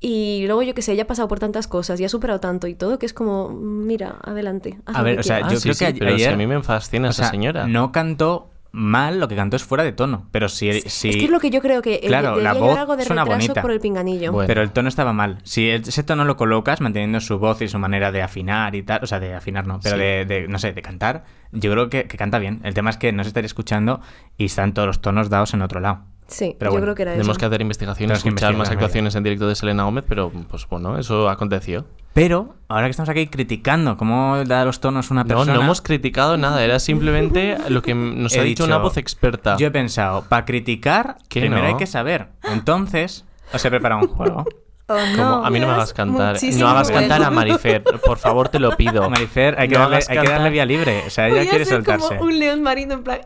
S4: Y luego yo que sé, ya ha pasado por tantas cosas, ya ha superado tanto y todo, que es como, mira, adelante. haz
S1: A
S4: lo
S1: ver,
S4: que
S1: o sea,
S4: quieras.
S1: yo creo que a-
S3: Ah, pero si
S1: ayer-
S3: a mí me fascina
S1: O
S3: esa
S1: sea,
S3: señora.
S1: No cantó mal, lo que cantó es fuera de tono. Pero si. si
S4: Es que es lo que yo creo que eh,
S1: Claro,
S4: debería
S1: la
S4: llevar
S1: voz
S4: algo de
S1: suena
S4: retraso
S1: bonita.
S4: por el pinganillo.
S3: Bueno.
S1: Pero el tono estaba mal. Si ese tono lo colocas manteniendo su voz y su manera de afinar y tal, o sea, de afinar no, pero
S3: Sí.
S1: de, de, no sé, de cantar, yo creo que, que canta bien. El tema es que no se estaría escuchando y están todos los tonos dados en otro lado.
S4: Sí,
S1: Pero
S4: yo
S1: bueno,
S4: creo que era eso.
S3: Tenemos que hacer investigaciones,
S1: Tenemos que
S3: escuchar más
S1: investigar, mira.
S3: actuaciones en directo de Selena Gómez, pero pues bueno, eso aconteció.
S1: Pero ahora que estamos aquí criticando cómo da los tonos una
S3: No,
S1: persona.
S3: no hemos criticado nada, era simplemente lo que
S1: *laughs*
S3: nos
S1: he
S3: ha dicho una voz experta.
S1: Yo he pensado, para criticar,
S3: Que
S1: primero
S3: no.
S1: hay que saber. Entonces, os he preparado un
S3: *laughs*
S1: juego.
S2: ¿O Oh, no?
S3: Como, a mí no me hagas cantar.
S4: muchísimo
S3: No hagas
S1: bueno.
S3: cantar a Marifer. Por favor, te
S1: *laughs*
S3: lo pido.
S1: Marifer, hay que,
S3: No
S1: darle,
S3: hagas
S1: hay que
S3: cantar
S1: darle vía libre. O sea,
S4: Voy
S1: ella
S4: a
S1: quiere
S4: ser
S1: soltarse.
S4: como un león marino en plan...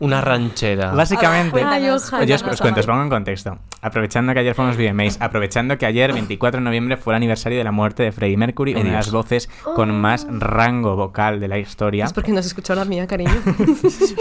S3: Una ranchera.
S1: Básicamente,
S4: Ay, ojalá.
S1: yo os, os
S2: Cuéntanos,
S1: cuento, os pongo
S2: Amaya.
S1: en contexto. Aprovechando que ayer fueron los VMAs, aprovechando que ayer, 24 de noviembre, fue el aniversario de la muerte de Freddie Mercury, una de las
S3: Dios.
S1: voces con más rango vocal de la historia,
S4: Oh. Es porque no has escuchado la
S1: *laughs*
S4: mía, *laughs* cariño.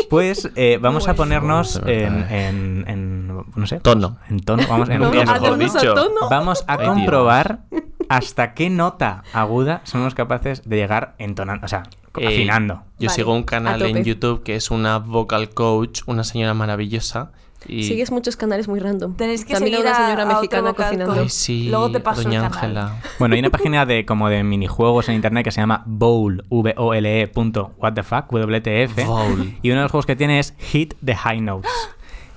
S1: pues eh, vamos a ponernos
S3: Joder, de
S1: en,
S3: verdad,
S1: en- en- no sé,
S3: Tono.
S1: en tono, vamos, en un
S3: Nunca
S1: riesgo.
S3: mejor
S4: tonos, a
S3: dicho.
S4: tono.
S1: Vamos a
S3: Ay, Dios.
S1: comprobar hasta qué nota aguda somos capaces de llegar entonando, o sea,
S3: Eh,
S1: afinando.
S3: Yo
S4: Vale,
S3: sigo un
S4: a
S3: canal
S4: tope.
S3: en YouTube que es una vocal coach, una señora maravillosa. Y...
S4: Sigues muchos canales muy random.
S2: Tenéis que
S4: También a
S2: seguir
S4: una
S2: a-
S4: señora
S2: a otro
S4: mexicana
S2: vocal
S4: cocinando.
S2: coach.
S1: Pues,
S3: Ay, sí.
S2: Luego te paso el
S3: Doña
S2: canal.
S3: Ángela.
S1: Bueno, hay una página de como de minijuegos en internet que se llama bowl, v o l -E punto, what the fuck, WTF.
S3: Bowl.
S1: Y uno de los juegos que tiene es Hit the High Notes.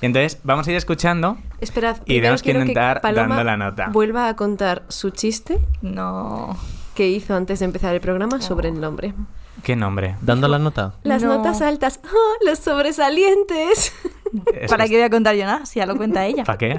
S1: Y entonces vamos a ir escuchando.
S4: Esperad,
S1: Y tenemos
S4: primero
S1: que
S4: quiero
S1: intentar
S4: Paloma
S1: dando la nota.
S4: Vuelva a contar su chiste
S2: No.
S4: que hizo antes de empezar el programa sobre el nombre.
S1: ¿Qué nombre?
S3: Dando la nota.
S4: Las
S2: No.
S4: notas altas, ¡oh, los sobresalientes. *laughs*
S1: Es-
S2: ¿Para
S1: es- este.
S2: qué voy a contar yo nada? Si ya lo cuenta
S1: *laughs*
S2: ella.
S1: ¿Para qué?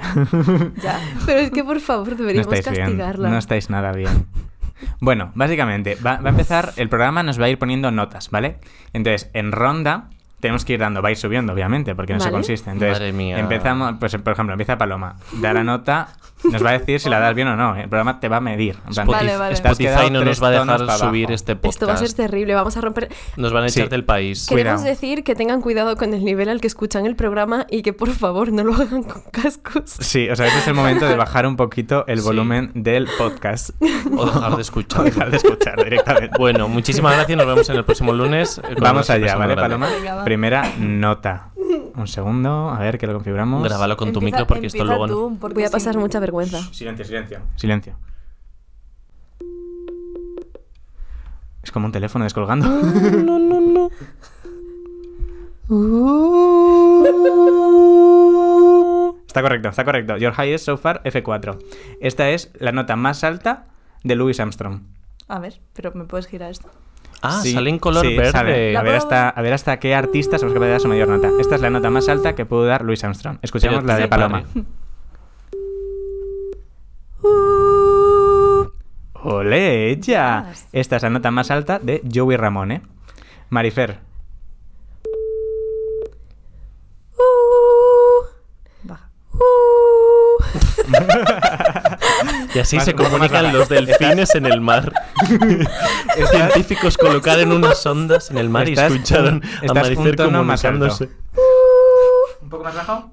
S2: Ya.
S4: Pero es que por favor
S1: No
S4: deberíamos
S1: estáis bien.
S4: castigarla.
S1: No estáis nada bien. *laughs* Bueno, básicamente, va, va a empezar el programa, nos va a ir poniendo notas, ¿vale? Entonces, en ronda tenemos que ir dando, vais subiendo, obviamente, porque no se
S4: Vale.
S1: consiste. Entonces,
S3: Madre mía.
S1: empezamos, pues por ejemplo, empieza Paloma, da la nota, nos va a decir si la das bien o no. El programa te va a medir. En plan,
S3: Spotify,
S2: Vale, vale.
S1: te has quedado
S3: Spotify no
S1: tres
S3: nos va a
S1: tonos
S3: dejar
S1: para abajo.
S3: subir este podcast.
S4: Esto va a ser terrible, vamos a romper.
S3: Nos van a echar
S1: Sí.
S3: del país.
S1: Que-
S4: Queremos
S1: Cuidado.
S4: decir que tengan cuidado con el nivel al que escuchan el programa y que por favor no lo hagan con *laughs* cascos.
S1: *laughs* Sí, o sea, este es el momento de bajar un poquito el
S3: Sí.
S1: volumen del podcast.
S3: O dejar de escuchar.
S1: *laughs* Dejar de escuchar directamente.
S3: *laughs* Bueno, muchísimas gracias. Nos vemos en el
S1: *laughs*
S3: próximo lunes. eh, con una
S1: Vamos allá,
S3: sorpresa muy
S1: ¿vale,
S3: grande.
S1: Paloma?
S2: Venga, va.
S1: Primera nota. Un segundo, a ver que lo configuramos.
S3: Grábalo con tu
S2: Empieza-
S3: micro porque esto
S2: empieza
S3: luego. no-
S2: tú, porque
S4: Voy a
S2: si
S4: pasar
S2: no-
S4: mucha vergüenza.
S1: Silencio, silencio. Silencio. Es como un teléfono descolgando. está correcto, está correcto. Your highest so far, F4. Esta es la nota más alta de Louis Armstrong.
S2: A ver, pero ¿me puedes girar esto?
S3: Ah,
S1: Sí,
S3: sale en color
S1: sí,
S3: verde.
S1: sale. A,
S2: La
S1: ver
S2: puedo-
S1: hasta, a ver hasta qué artista somos capaces de dar su mayor nota. Esta es la nota más alta que pudo dar Louis Armstrong. Escuchemos
S3: Pero
S1: la de
S3: sí,
S1: Paloma.
S3: padre.
S1: ¡Ole, ella!
S2: Ah, sí.
S1: Esta es la nota más alta de Joey Ramone.
S3: *laughs*
S1: Marifer,
S2: Baja.
S4: Uh, *laughs*
S3: Y así
S1: Más-
S3: se
S1: un poco más
S3: comunican
S1: baja.
S3: los delfines en
S1: *laughs*
S3: el mar. Científicos colocaron unas ondas en el mar
S1: Estás
S3: y escucharon
S1: un-
S3: a
S1: estás un
S3: Marifer
S1: tono más
S3: comunicándose.
S1: alto. ¿un poco más bajo?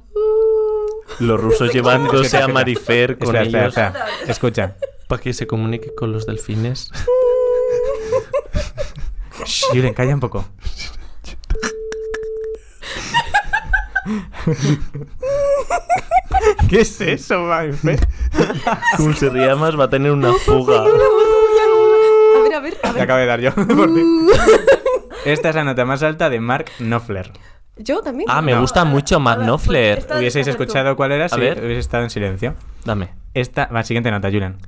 S3: Los rusos llevándose a Marifer con
S1: Espera, espera,
S3: ellos
S1: espera. Escucha.
S3: para que se comunique con los delfines.
S1: *laughs* Shh, Julen, calla un poco. *laughs* ¿Qué es eso, Marifer?
S3: Como se ría más va a tener una
S2: pues,
S3: fuga.
S4: A ver, a ver, a
S1: Te
S4: ver. Uh.
S1: acabo de dar yo. *laughs* por ti. Esta es la nota más alta de Mark Knopfler.
S4: Yo también.
S3: Ah, me
S1: No.
S3: gusta mucho Matt Knopfler.
S2: pues, Esta-
S1: Hubieseis
S2: esta tú.
S1: escuchado cuál era si
S3: ver.
S1: hubiese estado en silencio.
S3: Dame.
S1: Esta, la siguiente nota, Julen.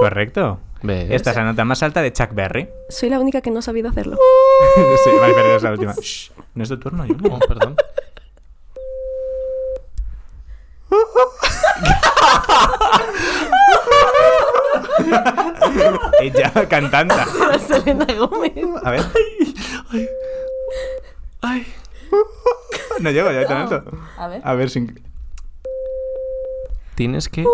S1: Correcto.
S3: ¿Ves?
S1: Esta es la nota más alta de Chuck Berry.
S4: Soy la única que no ha sabido hacerlo.
S1: *laughs*
S4: *laughs*
S1: sí, vale, pero es la última. Shh, no es tu turno, Julen.
S3: Oh, perdón.
S1: *laughs* ella cantando.
S4: Era Selena Gómez.
S1: *laughs* A ver,
S3: Ay.
S1: no llego ya con eso.
S2: A ver.
S1: A ver, sin...
S3: Tienes que.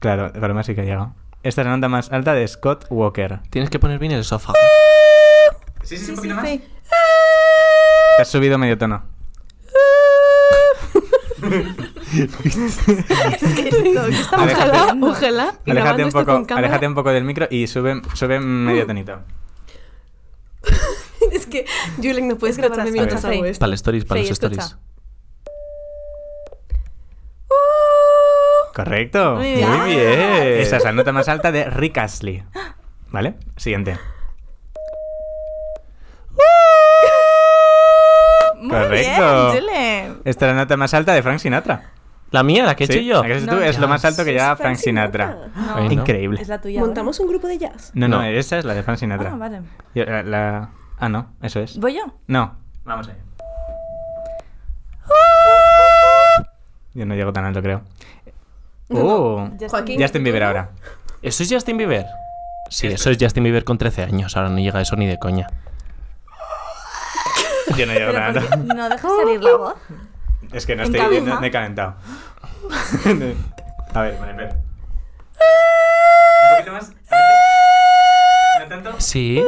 S1: Claro, el problema sí que ha llegado. Esta es la nota más alta de Scott Walker.
S3: Tienes que poner bien el sofá.
S2: Uh.
S1: Sí,
S2: Sí, sí, sí.
S1: Te has subido medio tono.
S4: Es que esto- que estamos
S1: Aléjate.
S4: ojalá, ojalá, grabando
S1: Aléjate un,
S4: esto
S1: poco,
S4: con cámara.
S1: aléjate un poco del micro y sube, sube medio tonito.
S4: *laughs* Es que, Julen, no puedes
S2: Escucha,
S4: grabarme
S2: escucha,
S4: mientras hago
S2: Faye.
S4: esto.
S3: Para los stories, para
S2: Sí,
S3: los
S2: escucha.
S3: stories.
S1: Correcto.
S2: Muy bien.
S1: Muy bien. Esa es la nota más alta de Rick Astley. ¿Vale? Siguiente.
S2: Muy
S1: Ah, Correcto.
S2: bien, Julen.
S1: Esta es la nota más alta de Frank Sinatra.
S3: La mía, la que he
S1: Sí,
S3: hecho yo.
S1: la que has hecho tú es lo más alto que lleva Frank Sinatra.
S2: No,
S3: Ay, no.
S1: Increíble.
S2: es la tuya. ahora.
S4: Montamos un grupo de jazz.
S1: No, no,
S3: No.
S1: esa es la de Frank Sinatra.
S2: Ah, vale.
S1: Yo- la- la- ah, no, eso es.
S2: ¿Voy yo?
S1: No. Vamos allá. Uh. Yo no llego tan alto, creo. Oh,
S4: Joaquín.
S1: Justin Bieber
S2: *laughs*
S1: ahora.
S3: ¿Eso es Justin Bieber? Sí, eso es Justin Bieber con 13 años. Ahora no llega a eso ni de coña.
S1: Yo no llego
S2: Pero
S1: tan
S2: porque
S1: alto.
S2: no dejas salir la voz.
S1: Es que no
S2: En
S1: estoy
S2: cabeza.
S1: no- me he calentado. A ver, vale, espera.
S2: *laughs*
S1: Un poquito más. ¿No tanto?
S3: Sí.
S2: Uh.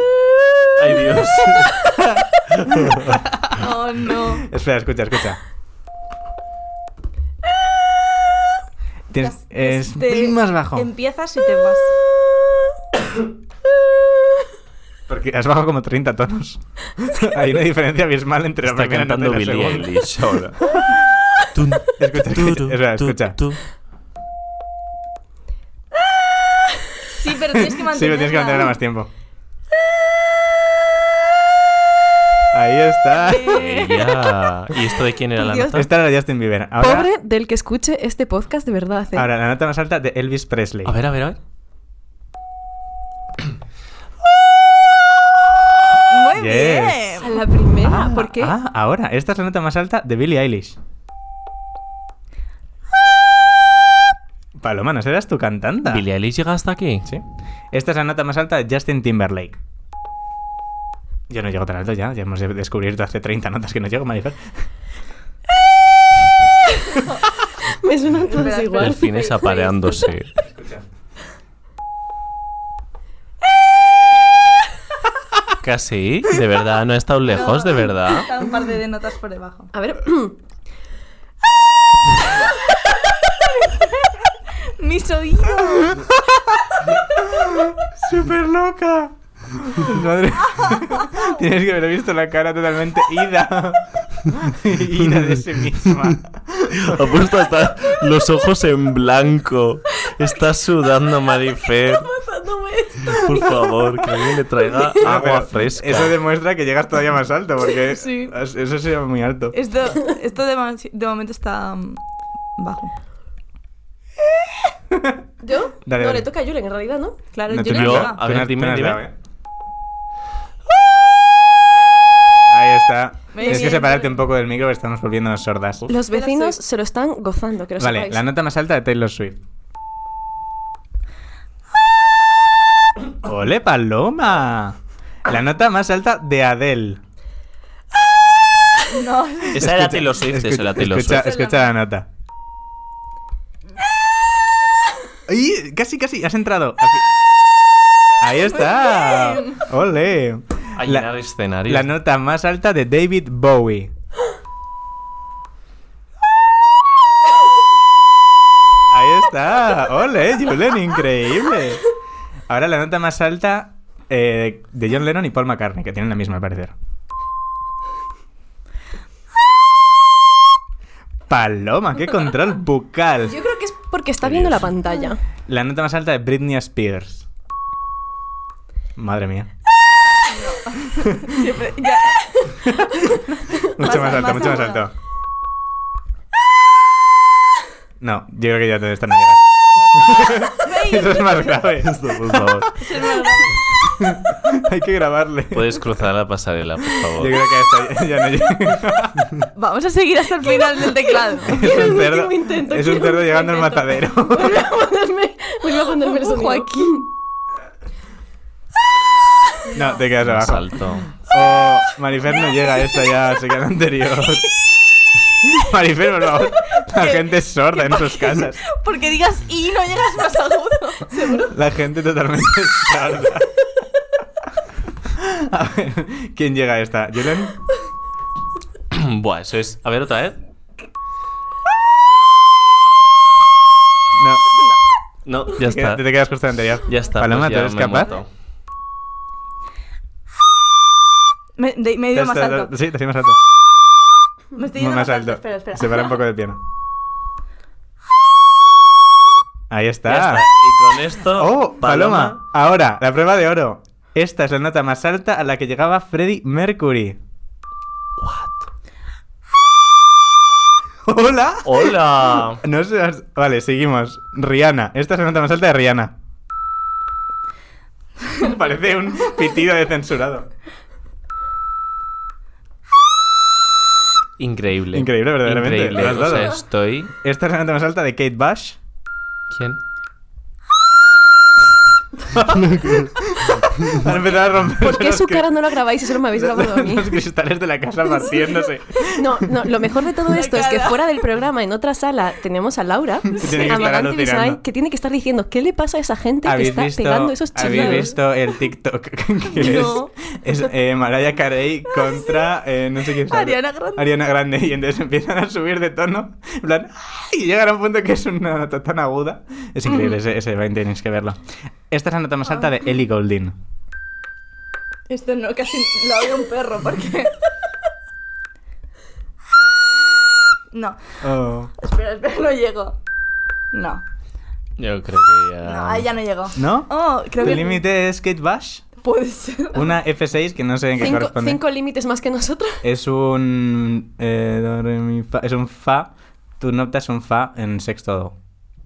S1: Ay, Dios.
S2: Oh, no.
S1: espera, escucha, escucha. Tienes, es un
S2: Ah, Este,
S1: pelín más bajo.
S2: Empiezas y te vas.
S1: Porque has bajado como 30
S2: *laughs*
S1: tonos. Hay una diferencia abismal entre la
S3: Está
S1: primera nota y
S3: cantando
S1: la
S3: Billie
S1: segunda.
S3: Eilish
S1: *laughs*
S3: ahora. Tun,
S1: Escucha,
S3: turu,
S1: espera,
S3: tu,
S1: escucha.
S3: tu.
S2: Sí, pero tienes que
S1: *laughs*
S2: mantenerla.
S1: Sí, lo tienes que mantener más tiempo. Ahí está.
S3: Ella. ¿Y esto de quién era la
S4: Dios.
S3: nota?
S1: Esta era Justin Bieber. Ahora,
S4: Pobre del que escuche este podcast de verdad. ¿eh?
S1: ahora, la nota más alta de Elvis Presley.
S3: A ver, a ver, a ver.
S1: Yes.
S2: Muy bien.
S4: A la primera,
S1: Ah,
S4: ¿por qué?
S1: Ah, ahora. Esta es la nota más alta de Billie Eilish. Paloma, ¿no serás tu cantante?
S3: ¿Billie Eilish llega hasta aquí?
S1: Sí. Esta es la nota más alta de Justin Timberlake. Yo no llego tan alto ya. Ya hemos descubierto hace 30 notas que no llego, Marifer.
S4: *laughs* Me suenan todos
S2: espera.
S4: igual.
S3: El fin es apareándose. Casi, de verdad, no he estado lejos, de verdad.
S2: Está un par de notas por debajo.
S4: A ver,
S2: ¡Mis oídos!
S1: ¡Súper loca! *laughs* Madre. Tienes que haber visto la cara totalmente ida. ida de sí misma.
S3: Ha puesto hasta los ojos en blanco. Está sudando Marifer.
S4: pasándome esto.
S3: Por favor, que alguien le traiga
S1: Ah,
S3: agua
S1: pero
S3: fresca.
S1: Eso demuestra que llegas todavía más alto, porque
S2: Sí.
S1: es- eso sería muy alto.
S2: Esto, esto de, mo- de momento está mm, bajo.
S4: *clears throat* ¿Yo?
S1: Dale,
S4: no,
S1: dale.
S4: le toca a Julen, en realidad, ¿no?
S2: Claro,
S1: No,
S2: yo
S1: tú
S2: no
S1: no
S3: Yo-
S1: has dado, tú
S3: a
S2: llegaba.
S3: ver,
S1: no has- tú
S3: dime,
S1: no has
S3: dime.
S1: dado, ¿eh? ¡Ah! Ahí está.
S2: Muy
S1: Tienes que
S2: bien.
S1: separarte un poco del micro, porque estamos volviéndonos sordas.
S4: Los
S2: Espera,
S4: vecinos
S2: soy-
S4: se lo están gozando, que lo
S1: Vale,
S4: sepáis.
S1: la nota más alta de Taylor Swift. ¡Ole, Paloma! La nota más alta de Adele.
S2: No, *laughs*
S3: Esa era Taylor Swift, esa era Taylor
S1: escucha,
S3: Swift.
S1: escucha la nota. ¡Ay! Casi, casi, has entrado. Ahí está. ¡Ole!
S3: A
S1: La-
S3: llenar escenarios.
S1: La nota más alta de David Bowie. Ahí está. Ole, Julen, increíble. Ahora la nota más alta eh, de John Lennon y Paul McCartney, que tienen la misma al parecer. Paloma, qué control bucal.
S4: Yo creo que es porque está viendo la pantalla. *laughs*
S1: La nota más alta de Britney Spears. Madre mía.
S2: siempre- ya.
S1: Mucho más
S2: Más-
S1: alto,
S2: más
S1: mucho más
S2: agudo.
S1: alto.
S4: Ah.
S1: No, yo creo que ya te están a llegar. Eso es más grave.
S3: Por favor.
S1: *laughs* Hay que grabarle. Yo
S3: Puedes cruzar la pasarela, por favor.
S1: creo que esto ya no
S4: *laughs*
S1: llega.
S2: Vamos a seguir hasta el final del teclado.
S1: Es un
S4: un
S1: cerdo,
S4: último intento,
S1: es
S4: quiero
S1: un
S4: un
S1: cerdo
S4: último
S1: llegando al
S4: intento.
S1: matadero.
S4: Vuelve a ponerme, vuelve a ponerme el sonido.
S2: Joaquín.
S1: No, te quedas abajo.
S3: Salto.
S1: O Marifer no llega, esta ya se queda la
S4: *laughs*
S1: anterior. Marifer, por favor. La gente es sorda en sus casas.
S2: Porque digas y no llegas más agudo. Seguro.
S1: La gente totalmente *laughs* sorda. A ver, ¿quién llega a esta? ¿Julen?
S3: *clears throat* Buah, eso es. A ver, otra vez.
S1: No. *laughs*
S3: No, ya
S1: que-
S3: está.
S1: Te quedas con esta anterior.
S3: Ya está.
S1: Paloma,
S3: pues ya
S1: ¿tú eres
S3: me he
S1: capaz?
S3: muerto.
S2: *laughs* Me, de- me he
S1: Ya
S2: ido más
S1: está,
S2: alto.
S1: ya- Sí, te has ido más alto.
S2: Me estoy
S1: Muy
S2: yendo
S1: más alto.
S2: Espera, espera.
S1: Separa un poco del piano. Ahí
S3: Ya
S1: está.
S3: está. Y con esto.
S1: Oh, Paloma. Ahora, la prueba de oro. Esta es la nota más alta a la que llegaba Freddie Mercury. What? *laughs* Hola. *laughs*
S3: ¡Hola!
S1: No seas... Vale, seguimos. Rihanna. Esta es la nota más alta de
S4: *laughs*
S1: Rihanna. Parece un pitido de censurado.
S3: Increíble.
S1: Increíble, verdaderamente.
S3: Increíble.
S1: Lo has
S3: O sea,
S1: dado.
S3: estoy.
S1: Esta es la nota más alta de Kate
S4: *laughs*
S1: Bush.
S3: ¿Quién?
S1: Han empezado a romper
S4: ¿Por qué
S1: los
S4: su
S1: cri-
S4: cara no la grabáis y solo me habéis grabado a mí?
S1: *laughs* los cristales de la casa partiéndose.
S4: No, no, lo mejor de todo esto es que fuera del programa, en otra sala, tenemos a Laura,
S1: *laughs* tiene que
S4: a
S1: estar
S4: Magante
S1: alucinando.
S4: Bisbal, que tiene que estar diciendo qué le pasa a esa gente que está pegando esos
S1: ¿Habéis
S4: chillidos.
S1: visto el TikTok? *laughs* Que
S4: No.
S1: Es, es, eh, Mariah Carey contra eh, no sé quién es.
S2: Ariana Grande.
S1: Ariana Grande. Y entonces empiezan a subir de tono. En plan, ¡ay! y llegan a un punto que es una nota tan aguda. Es increíble, ese, ese Vine tenéis que verlo. Esta es la nota más alta de Ellie Goulding.
S2: Esto no, casi lo oye un perro, porque. *laughs* No,
S1: Oh.
S2: espera, espera, no llego. No,
S3: Yo creo que ya.
S2: no, ahí ya no llego.
S1: ¿No?
S2: Oh, creo que.
S1: el límite es Kate Bush.
S2: Puede ser.
S1: Una F6 que no sé en qué
S4: Cinco,
S1: corresponde.
S4: cinco límites más que nosotros.
S1: Es un. eh, do, re, mi, fa. Es un fa. Tu nota es un fa en sexto.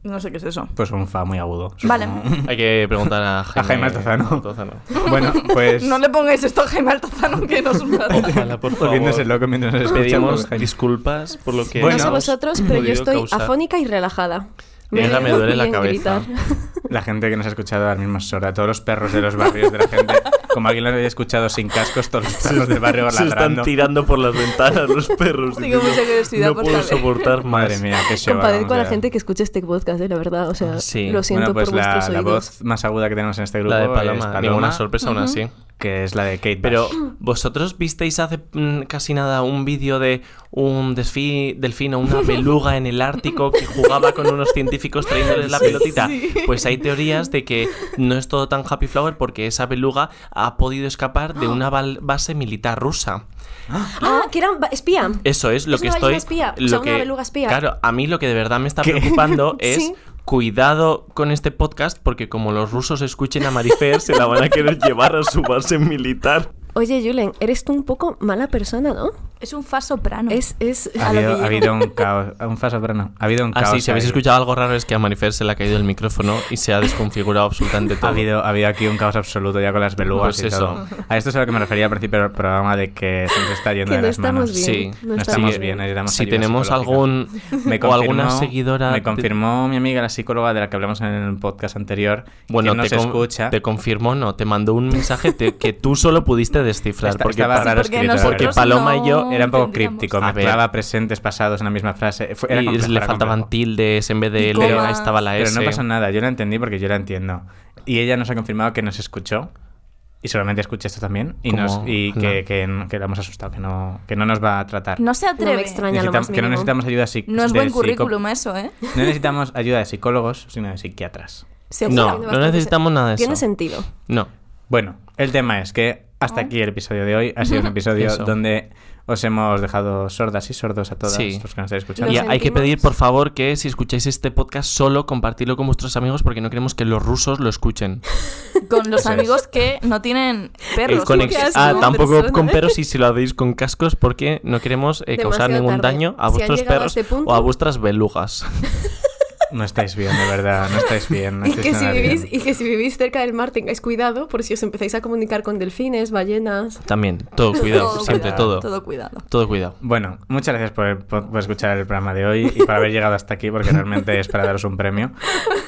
S2: No sé qué es eso.
S1: Pues un fa muy agudo. Es
S2: Vale.
S1: como-
S3: Hay que preguntar
S1: *laughs*
S3: a Jaime,
S1: Jaime Altozano. *laughs*
S3: Altozano.
S4: *laughs*
S1: Bueno, pues.
S2: No le pongáis esto a Jaime Altozano, que no es un
S1: *laughs*
S2: rato.
S3: Ojalá, por favor.
S1: Volviéndose loco mientras nos
S3: Pedimos
S1: escuchamos.
S3: disculpas por lo que.
S1: Bueno.
S4: no sé
S1: hemos
S4: vosotros, pero yo
S3: podido
S4: estoy
S3: causar.
S4: afónica y relajada.
S3: Venga, me
S4: da
S3: duele la
S4: bien
S3: cabeza.
S4: gritar. *laughs*
S1: La gente que nos ha escuchado ahora mismo es sorda. Todos los perros de los barrios de la gente. Como alguien los haya escuchado sin cascos, todos los perros de barrio
S3: Se están
S1: ladrando.
S3: tirando por las ventanas los
S4: *laughs*
S3: perros.
S2: Tengo
S4: pues,
S2: mucha curiosidad
S3: no
S2: por
S3: puedo
S2: saber.
S3: soportar más.
S1: Madre mía, qué show.
S4: Compadezco a la
S1: vamos,
S4: gente
S1: ya.
S4: que escucha este podcast, eh, la verdad. O sea,
S3: Sí.
S4: lo siento
S1: Bueno, pues
S4: por
S1: la,
S4: vuestros
S1: la
S4: oídos.
S1: voz más aguda que tenemos en este grupo
S3: La de
S1: es
S3: Paloma.
S1: Paloma,
S3: Ninguna sorpresa aún así.
S1: que es la de Kate Bush.
S3: Pero,
S4: *gasps*
S3: ¿vosotros visteis hace mm, casi nada un vídeo de un desfi- delfín o una beluga en el Ártico que jugaba con unos científicos trayéndoles la pelotita? Pues hay teorías de que no es todo tan happy flower porque esa beluga ha podido
S4: *gasps*
S3: escapar de una bal- base militar rusa.
S4: Ah, que era espía.
S3: Eso es lo
S4: Es
S3: que
S4: una
S3: estoy.
S4: ballena espía, o
S3: lo
S4: sea, una
S3: que-
S4: beluga espía.
S3: Claro, a mí lo que de verdad me está
S1: ¿Qué?
S4: *laughs*
S3: preocupando es.
S4: Sí.
S3: Cuidado con este podcast porque como los rusos escuchen a Marifer se la van a querer llevar a su base militar.
S4: Oye, Julen, eres tú un poco mala persona, ¿no?
S2: Es un fa soprano.
S4: Es, es
S1: Ha
S4: *laughs* a lo que
S1: habido, ha
S4: yo-
S1: habido un caos, un fa soprano. Ha habido un
S3: Ah,
S1: caos.
S3: sí, si habéis
S1: ahí.
S3: escuchado algo raro es que a Marifer se le ha caído el micrófono y se ha desconfigurado
S1: *laughs*
S3: absolutamente
S1: Ha
S3: todo.
S1: habido, ha habido aquí un caos absoluto ya con las belugas
S3: Pues
S1: y
S3: eso.
S1: todo. A esto es a lo que me refería al principio del programa de que se nos está yendo
S4: Que
S1: de
S4: no
S1: las
S4: estamos
S1: manos.
S4: bien.
S3: Sí,
S1: No
S4: estamos
S1: estamos
S4: bien.
S1: bien, necesitamos
S3: Si
S1: ayuda
S3: tenemos
S1: psicológica.
S3: algún
S1: *laughs* Me
S3: o
S1: confirmó-
S3: alguna seguidora
S1: Me
S3: de-
S1: confirmó mi amiga, la psicóloga de la que hablamos en el podcast anterior,
S3: *laughs* bueno,
S1: que nos
S3: te, con-
S1: escucha.
S3: te confirmó, no, te mandó un mensaje te- que tú solo pudiste descifrar.
S1: Esta-
S3: porque
S1: estaba
S3: pa-
S1: raro
S2: porque
S1: escrito, la
S3: porque
S2: nosotros
S3: Paloma
S2: no
S3: y yo
S1: Era un poco
S2: entendíamos.
S1: críptico,
S3: A ver.
S1: mezclaba presentes pasados en la misma frase. Fue- era
S3: y
S1: complejo,
S3: le
S1: era
S3: faltaban
S1: complejo.
S3: tildes en vez de
S2: Y
S3: L, ahí
S2: comas.
S3: estaba la
S1: Pero
S3: S.
S1: no pasa nada, yo la entendí porque yo la entiendo. Y ella nos ha confirmado que nos escuchó. Y seguramente escucha esto también. Y,
S3: ¿Cómo?
S1: nos, y que,
S3: No.
S1: que, que la hemos asustado, que no, que no nos va a tratar.
S2: No se atreve.
S4: No me extraña lo
S1: Necesitam-
S4: más
S1: que no
S4: mínimo.
S1: necesitamos ayuda psic-
S2: No es
S1: de
S2: buen
S1: psico-
S2: currículum eso, ¿eh?
S1: No necesitamos ayuda de psicólogos, sino de psiquiatras.
S4: Seguro.
S3: No,
S4: Tiene
S3: no
S4: bastante
S3: necesitamos
S4: sen-
S3: nada de
S4: Tiene
S3: eso.
S4: sentido.
S3: No.
S1: Bueno, el tema es que hasta aquí el episodio de hoy. Ha sido
S4: *laughs*
S1: un episodio
S3: Eso.
S1: donde os hemos dejado sordas y sordos a todos
S3: Sí.
S1: los que nos estáis escuchando.
S4: Lo
S3: Y hay que
S4: sentimos.
S3: pedir, por favor, que si escucháis este podcast, solo compartidlo con vuestros amigos porque no queremos que los rusos lo escuchen.
S2: Con los
S1: Eso es.
S2: amigos que no tienen
S3: El
S2: perros.
S3: con
S4: qué
S3: ex-
S4: asco,
S3: ah, tampoco
S4: persona. *laughs*
S3: con perros y si lo hacéis con cascos porque no queremos eh, causar
S4: Demasiado
S3: ningún
S4: tarde.
S3: daño a
S4: Si han este
S3: vuestros
S4: llegado a *laughs*
S3: perros
S4: este punto-
S3: o a vuestras belugas.
S1: No estáis bien, de verdad, no estáis bien.
S4: *laughs*
S1: No
S4: Y
S1: estáis
S4: que, si
S1: nada bien.
S4: vivís, y que si vivís cerca del mar tengáis cuidado por si os empezáis a comunicar con delfines, ballenas.
S3: También, todo cuidado, siempre
S2: cuidado,
S3: todo.
S2: Todo cuidado.
S3: Todo cuidado.
S1: Bueno, muchas gracias por, por- por escuchar el programa de hoy y por haber llegado hasta aquí, porque realmente es para daros un
S4: *laughs*
S1: premio.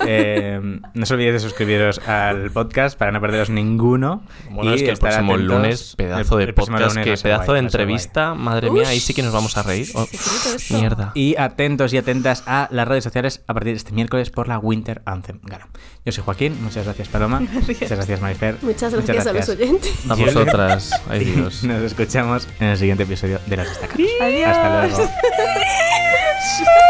S1: Eh, no os olvidéis de suscribiros al podcast para no perderos ninguno.
S3: Bueno,
S1: y
S3: es que el
S1: estar
S3: próximo
S1: atentos-
S3: lunes, pedazo
S1: el-
S3: de
S1: el próximo
S3: podcast,
S1: lunes va
S3: que
S1: a ser
S3: pedazo
S1: guay,
S3: de
S1: va a ser guay.
S3: entrevista. Madre mía, ahí sí que nos vamos a reír. Oh,
S4: secreto esto.
S3: mierda.
S1: Y atentos y atentas a las redes sociales a partir de este miércoles por la Winter Anthem Gala. Yo soy Joaquín, muchas gracias
S4: *laughs*
S1: Paloma, muchas gracias Marifer.
S4: Muchas gracias, a los oyentes.
S3: A
S1: Yole.
S3: vosotras,
S1: *laughs*
S3: ay
S1: Y
S4: *laughs*
S3: Dios.
S1: Nos escuchamos en el siguiente episodio de Las Destacadas.
S2: Adiós.
S1: Hasta luego.